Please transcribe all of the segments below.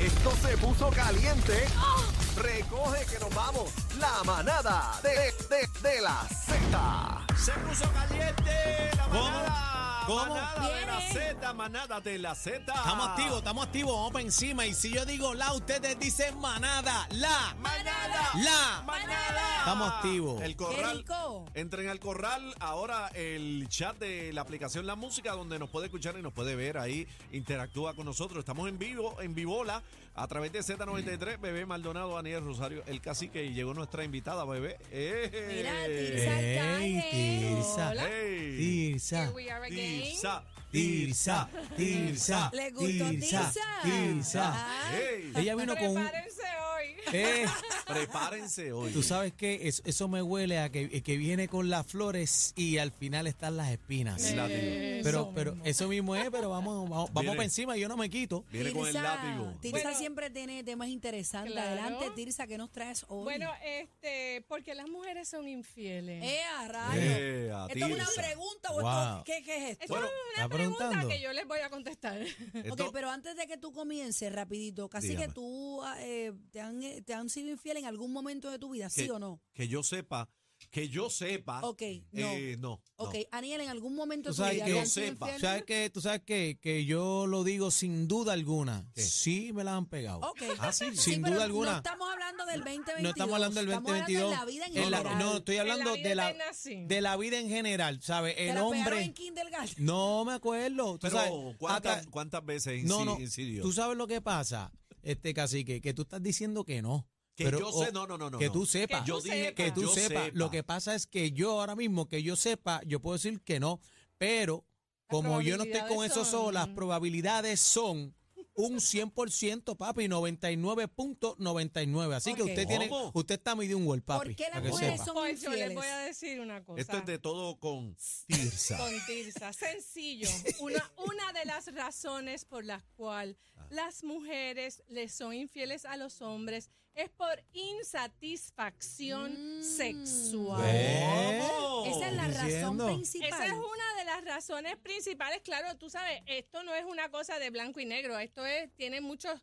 Esto se puso caliente. Recoge que nos vamos. La manada de, de, de la Z. Se puso caliente la ¿Cómo? manada. ¿Cómo? Manada de la Viene. Z, manada de la Z. Estamos activos, estamos activos, vamos para encima. Y si yo digo la, ustedes dicen manada, la. Manada. La. Manada. Estamos activos. El corral. rico. Entren al corral. Ahora el chat de la aplicación La Música, donde nos puede escuchar y nos puede ver ahí. Interactúa con nosotros. Estamos en vivo, en Vivola, a través de Z93. Bebé Maldonado, Daniel Rosario, el cacique. Y llegó nuestra invitada, bebé. ¡Eh! Mira, Tirsa Ey, Arcángel. Tirsa. Hola. ¡Ey! Tirsa, We are again. Tirsa. Tirsa, Tirsa, ¿Le gustó Tirsa? Tirsa. Ah, ¡Ey! Ella vino con un... hoy. Eh, Prepárense hoy. Tú sabes que eso, eso me huele a que, que viene con las flores y al final están las espinas. El látigo. Eh, Pero, pero eso mismo es, pero vamos, vamos, vamos Viene. para encima, yo no me quito. Viene con el Tirsa, látigo. Tirsa Bueno. siempre tiene temas interesantes. Claro. Adelante, Tirsa, ¿qué nos traes hoy? Bueno, este, porque las mujeres son infieles. ¡Eh, a rayos! Eh, a ¿Esto es una Tirsa. pregunta o esto- Wow. ¿qué, qué es esto? Esto Bueno, es ¿está una pregunta preguntando? que yo les voy a contestar. Esto- Ok, pero antes de que tú comiences, rapidito, casi Dígame. que tú ah, eh, te, han, eh, te han sido infiel en algún momento de tu vida, ¿sí que- o no? Que yo sepa, que yo sepa. Ok, no. eh, no, no. ok, Aniel, en algún momento de Tú tu sabes vida que- te han sido Sepa. Tú infiel. sabes que, tú sabes que, que yo lo digo sin duda alguna. ¿Qué? Sí me las han pegado. Ok. Ah, sí. Sin pero duda alguna. No estamos hablando del 2022. No estamos hablando del 2022. Estamos hablando de la vida en En la- general. no, estoy De la hablando vida de la, eterna, sí. de la vida en general, ¿sabes? Te El la pegaron hombre. en kindergarten. No me acuerdo. tú Pero, sabes, ¿cuántas, atra- cuántas veces no, inci- no. incidió? Tú sabes lo que pasa, este cacique, que tú estás diciendo que no. que pero, yo o- sé, no, no, no, no. que no. tú sepas. Que Yo tú dije sepas. que tú Ah, yo sepas. Lo que pasa es que yo ahora mismo, que yo sepa, yo puedo decir que no, pero como yo no estoy con probabilidades eso solo, las son- probabilidades son un 100%, papi, 99.99. Así que Ok. usted tiene, ¿Cómo? usted está medio un gol, papi. ¿Por qué las para que mujeres sepa. son Pues yo les infieles? voy a decir una cosa. Esto es de todo con Tirsa. Con Tirsa. Sencillo. Una, una de las razones por las cuales Ah. las mujeres le son infieles a los hombres es por insatisfacción Mm. sexual. ¿Eh? ¿Cómo? Esa es la razón Diciendo. principal. Esa es una de las razones principales. Claro, tú sabes, esto no es una cosa de blanco y negro, esto es, tiene muchos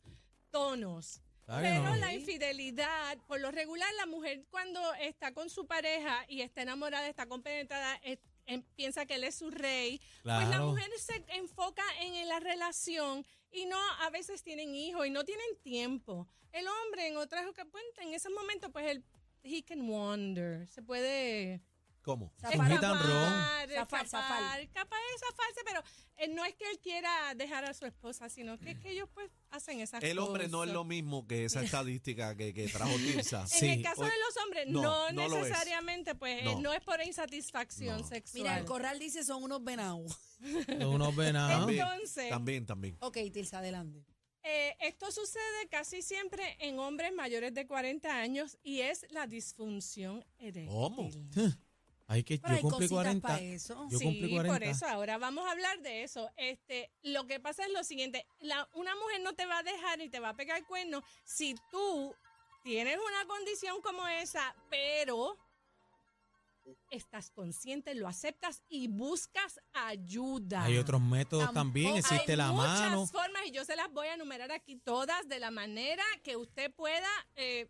tonos. ¿Sabe que Pero no? la infidelidad, por lo regular, la mujer cuando está con su pareja y está enamorada, está compenetrada, es- em- piensa que él es su rey, pues la Claro. mujer se enfoca en, en la relación y no, a veces tienen hijos y no tienen tiempo. El hombre en otras ocasiones, en esos momentos, pues él, he can wander, se puede... ¿Cómo? Zafar, Ni tan Escapar, Zafar, escapar, zafar. capaz de zafarse, pero eh, no es que él quiera dejar a su esposa, sino que es que ellos pues hacen esas cosas. El hombre no es lo mismo que esa estadística que, que trajo Tirsa. En el caso de los hombres, no, no, no lo es. necesariamente, pues eh, no. No. es por insatisfacción No. sexual. Mira, el corral dice son unos venados. Son unos venados. También, Entonces- también, también. Ok, Tilsa, adelante. Eh, esto sucede casi siempre en hombres mayores de 40 años y es la disfunción eréctil. ¿Cómo? Ay, que yo Pero hay cumplí cositas 40. para eso. Yo sí, cumplí 40. por eso ahora vamos a hablar de eso. Este, lo que pasa es lo siguiente, la- una mujer no te va a dejar y te va a pegar cuernos si tú tienes una condición como esa, pero estás consciente, lo aceptas y buscas ayuda. Hay otros métodos Tampoco- también, existe Hay la muchas mano. formas y yo se las voy a enumerar aquí todas de la manera que usted pueda eh,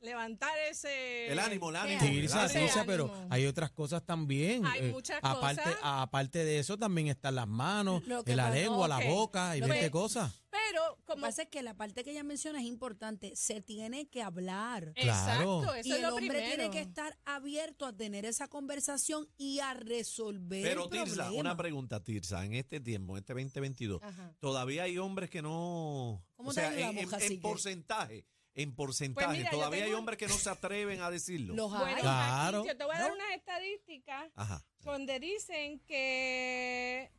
levantar ese El ánimo, el ánimo. el Tirsa, ánimo. Tirsa, ánimo. pero hay otras cosas también. Hay eh, muchas aparte, cosas. pues, a- aparte de eso también están las manos, Lo que eh, la pasa- lengua, la ok. boca y Lo 20 que- cosas. Pero Lo que como pasa es que la parte que ella menciona es importante. Se tiene que hablar. Claro. Exacto, eso y es el lo hombre primero. tiene que estar abierto a tener esa conversación y a resolver Pero el Tirsa, problema. una pregunta, Tirsa. En este tiempo, en este 2022, Ajá. todavía hay hombres que no. ¿Cómo o te sea, en- ayudamos, en, en cacique? porcentaje, en porcentaje, Pues mira, yo todavía hay tengo- hombres que no se atreven a decirlo. Los hay. Bueno, Claro. aquí yo te voy a dar No. unas estadísticas Ajá. donde dicen que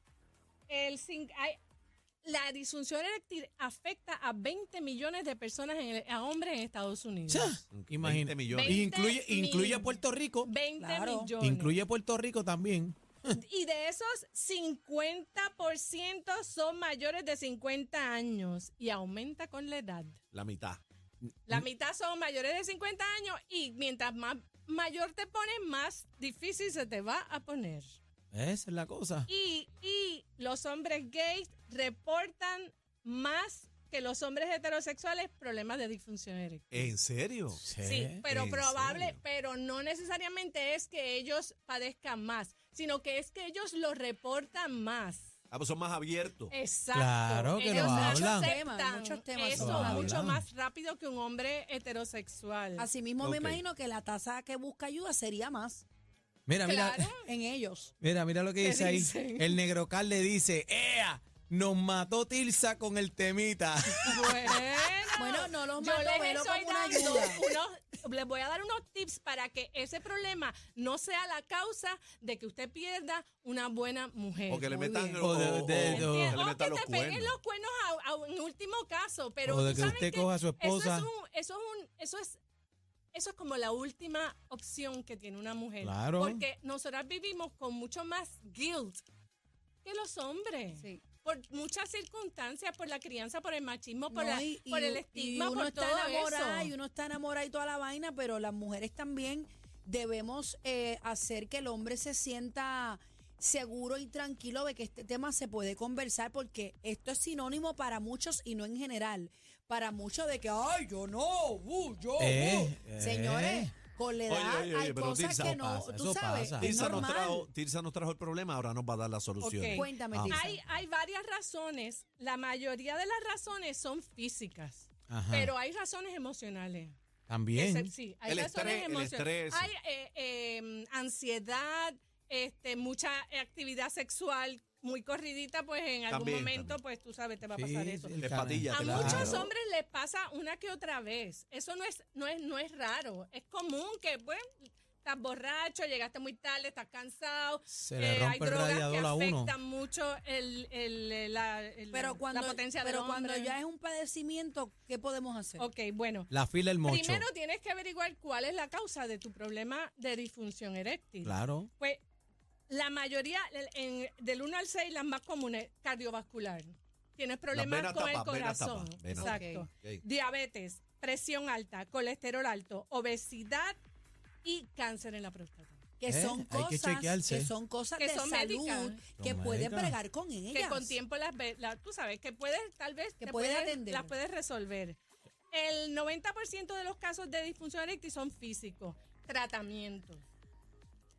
el cin- hay- la disfunción eréctil afecta a 20 millones de personas, en el- a hombres en Estados Unidos. Imagínate. 20 millones. Y incluye, 20 incluye a mil. Puerto Rico. 20 Claro. millones. Incluye a Puerto Rico también. Y de esos, 50% son mayores de 50 años y aumenta con la edad. La mitad. Mm. La mitad son mayores de 50 años y mientras más mayor te pones, más difícil se te va a poner. Esa es la cosa. Y, y los hombres gays reportan más que los hombres heterosexuales problemas de disfunción eréctil. ¿En serio? ¿Eh? Sí, pues, pero ¿En probable, serio? pero no necesariamente es que ellos padezcan más, sino que es que ellos lo reportan más. Ah, pues son más abiertos. Exacto. Claro que lo ellos hablan. aceptan Muchos temas, eso muchos temas lo mucho hablan. más rápido que un hombre heterosexual. Asimismo, Ok. me imagino que la tasa que busca ayuda sería más Mira, mira, Claro. en ellos. mira, mira lo que ¿Qué dice ahí. dicen? El negro Carl le dice, ¡Ea! Nos mató Tilsa con el temita. Bueno, Bueno, no los yo mato, les velo estoy como una dando ayuda. unos- les voy a dar unos tips para que ese problema no sea la causa de que usted pierda una buena mujer. O que le Muy metan bien. o- O de- de- o- o- ¿Entiendes? o- que le O metan que los te peguen cuernos. los cuernos a, a un último caso, pero o de tú que sabes usted que coja a su eso esposa. es, un- eso es un- eso es eso es como la última opción que tiene una mujer, Claro. porque nosotras vivimos con mucho más guilt que los hombres. Sí. Por muchas circunstancias, por la crianza, por el machismo, por, No, la- y- y por el u- estigma, y uno por está todo enamorada, eso. Y uno está enamorado y toda la vaina, pero las mujeres también debemos eh, hacer que el hombre se sienta seguro y tranquilo de que este tema se puede conversar porque esto es sinónimo para muchos y no en general. Para muchos de que, ay, yo no, uh, yo, uh". Eh, eh. Señores, con la Oye, edad oye, oye, hay pero cosas Tirsa, que eso no, pasa, tú eso sabes, pasa. es Tirsa nos, normal. trajo, Tirsa nos trajo el problema, ahora nos va a dar las soluciones. Cuéntame, Ah. Tirsa. Hay, hay varias razones. La mayoría de las razones son físicas, Ajá. pero hay razones emocionales. También. Excep- sí, hay El razones estrés, el emocionales. estrés. Hay eh, eh, ansiedad, este, mucha actividad sexual muy corridita, pues en algún También, momento, también. pues tú sabes, te va a Sí, pasar eso. sí, el Es canal. patilla, A te la- muchos Claro. hombres les pasa una que otra vez. Eso no es, no es, no es raro. Es común que, pues, estás borracho, llegaste muy tarde, estás cansado. Se le eh, hay rompe el drogas que radiador a uno. afectan mucho el, el- el- la, el- Pero cuando, la potencia pero del cuando hombre. ya es un padecimiento, ¿qué podemos hacer? Ok, bueno. La fila el mocho. Primero tienes que averiguar cuál es la causa de tu problema de disfunción eréctil. Claro. Pues la mayoría, el- en- del 1 al 6, las más comunes, cardiovascular. Tienes problemas venas con el tapadas, venas corazón. tapadas, venas Exacto. Ok. Diabetes, presión alta, colesterol alto, obesidad y cáncer en la próstata. que ¿Eh? son Hay cosas que chequearse. son cosas Que de son salud médicas. que Son pueden médicas. bregar con ellas. Que con tiempo las ve- la- tú sabes, que puedes, tal vez, Que te puedes puedes- atender. las puedes resolver. El 90% de los casos de disfunción eréctil son físicos. Tratamiento.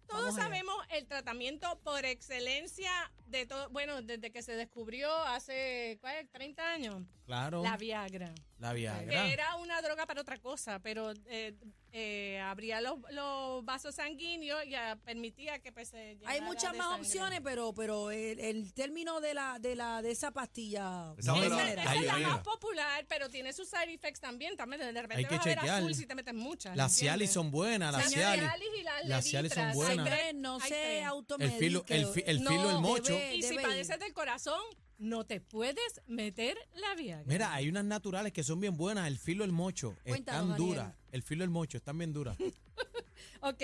Todos Vamos allá. sabemos el tratamiento por excelencia de todo, bueno, desde que se descubrió hace ¿cuál es? 30 años, Claro. la Viagra. La Que Viagra. era una droga para otra cosa, pero eh, eh, abría los, los vasos sanguíneos y ah, permitía que pues, se Hay llenara muchas de más sangre. opciones, pero pero el, el término de la de la de esa pastilla Esa no Esa, Pero, esa era- genera. hay- es la hay- más popular, pero tiene sus side effects también. también de repente Hay que vas a ver chequear. azul si te metes muchas. Las ¿entiendes? Cialis son buenas, las Señores, Cialis. Cialis y las Las Cialis son Levitras. buenas. Hay Señores, tres, no hay se tres. automedique. El filo- el fi- el filo, el No, mocho. debe- Y si debe padeces ir. del corazón, no te puedes meter la Viagra. Mira, hay unas naturales que son bien buenas. El filo el mocho. Cuéntanos, Están Daniel. duras. El filo el mocho. Están bien duras. Ok,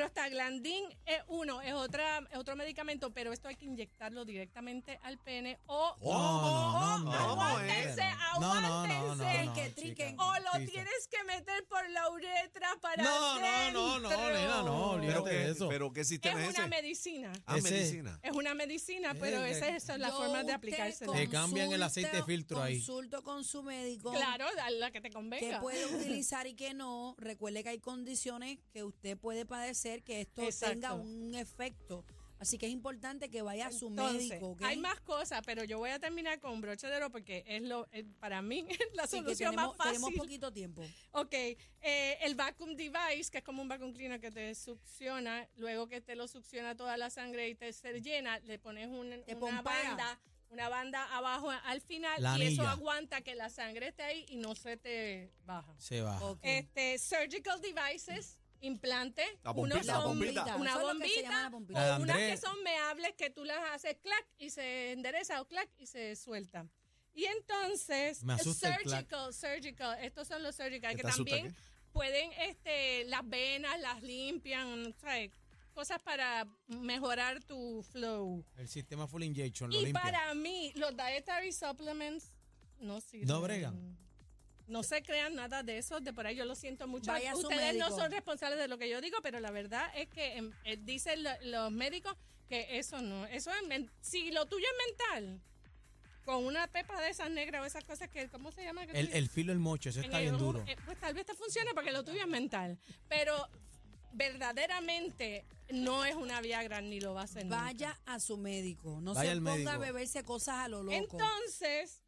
prostaglandín E1 es, otra, es otro medicamento, pero esto hay que inyectarlo directamente al pene o... Oh, No, no, no, o no, aguántense, no, no, no, no, no, aguántense. no, Que no, trinquen. chica, O lo chica. tienes que meter por la uretra para No, no, no, no, adentro. nena, no, Pero, olvídate de qué, eso. pero qué Es sistema una es ese. medicina. Ah, Ese- medicina. Es una medicina, pero Eh, esa es son las Yo formas de usted aplicársela. Te cambian el aceite de filtro ahí. Consulto con su médico. Claro, a la que te que convenga. puede utilizar y que no. Recuerde que hay condiciones que usted puede padecer que esto Exacto. tenga un efecto. Así que es importante que vaya a su Entonces, médico. ¿ok? Hay más cosas, pero yo voy a terminar con broche de oro porque es lo es para mí es la Así que solución tenemos, más tenemos fácil. poquito tiempo. Ok, eh, el vacuum device, que es como un vacuum cleaner que te succiona, luego que te lo succiona toda la sangre y te se llena, le pones un- Te una pompea. banda, una banda abajo al final La y eso anilla. aguanta que la sangre esté ahí y no se te baja. Se va. Ok. Este, surgical devices, implante, La unos bombita, la son- bombita. una Eso es lo que se bombita, llama la o bombita. La de unas que Andrés. son meables que tú las haces clac y se endereza o clac y se suelta. Y entonces, Me asusta el clac. surgical, surgical, estos son los surgical ¿Qué que te asusta, también pueden, este, las venas las limpian, ¿sabes? cosas para mejorar tu flow. El sistema full injection lo Y limpia. para mí, los dietary supplements no sirven. No bregan. No se crean nada de eso, de por ahí yo lo siento mucho. Vaya a su Ustedes no médico. son responsables de lo que yo digo, pero la verdad es que em, eh, dicen lo- los médicos que eso no, eso es men- si lo tuyo es mental, con una pepa de esas negras o esas cosas que, ¿cómo se llama? que tú El, dices? el filo del mocho, eso En está el bien ojo, duro. eh, pues tal vez te funcione porque lo tuyo es mental. Pero verdaderamente no es una Viagra ni lo va a hacer. nunca. Vaya a su médico. No Vaya se al ponga médico. a beberse cosas a lo loco. Entonces,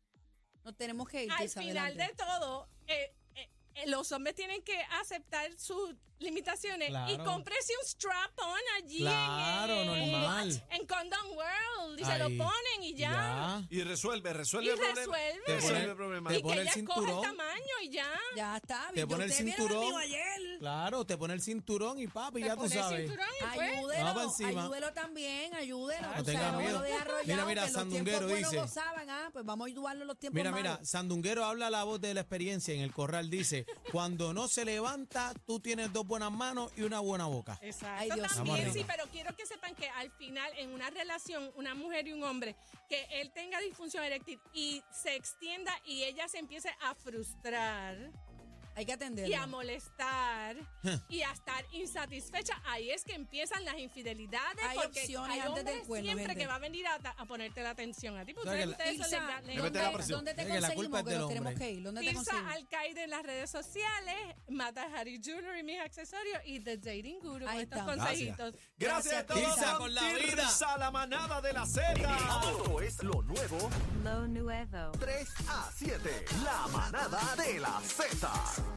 Nos tenemos que ir. al Isabel, final antes. de todo, eh, eh, eh, los hombres tienen que aceptar sus limitaciones y Claro. cómprese un strap-on allí. en- Claro, en, normal. En Condom World. Y se lo Ahí. ponen y ya. Y resuelve, resuelve Y el problema. resuelve. Te Te resuelve pone- el problema. te Y que pone el ella coge el cinturón. tamaño y ya. Ya está. Te Yo- pone el ustedes vieron cinturón. conmigo ayer. Claro, te pone el cinturón y papi, Te ya tú pone el sabes. cinturón y pues, Va pa' Ayúdelo, encima. ayúdelo también, ayúdelo. No tenga no miedo. lo deje arrollado, Mira, mira, que en los tiempos Sandunguero buenos dice. gozaban, ah, pues vamos a ayudarlo en los tiempos Mira, malos. mira, Sandunguero habla la voz de la experiencia en el corral. Dice: Cuando no se levanta, tú tienes dos buenas manos y una buena boca. Exacto. Ay, Dios también, mío. sí, pero quiero que sepan que al final, en una relación, una mujer y un hombre, que él tenga disfunción eréctil y se extienda y ella se empiece a frustrar Hay que atenderlo. y a molestar y a estar insatisfecha, ahí es que empiezan las infidelidades. Hay porque opciones hay antes del hombres cuerno, siempre gente. que va a venir a, ta- a ponerte la atención a ti. porque ¿Sabes Ustedes, que la- ustedes son Tirsa, lesbianas. Le mete la ¿dónde, presión. dónde te Mira que la culpa conseguimos es que del nos tenemos hombre. que ir? ¿Dónde te Tirsa conseguimos? Alcaide en las redes sociales, Mata Hari Jewelry, mis accesorios y The Dating Guru con Ahí estos estamos. consejitos. Gracias a todos. Tirsa, con la vida. Tirsa, la manada de la Z. Esto es lo nuevo Lo nuevo. 3 a 7. La manada de la Z.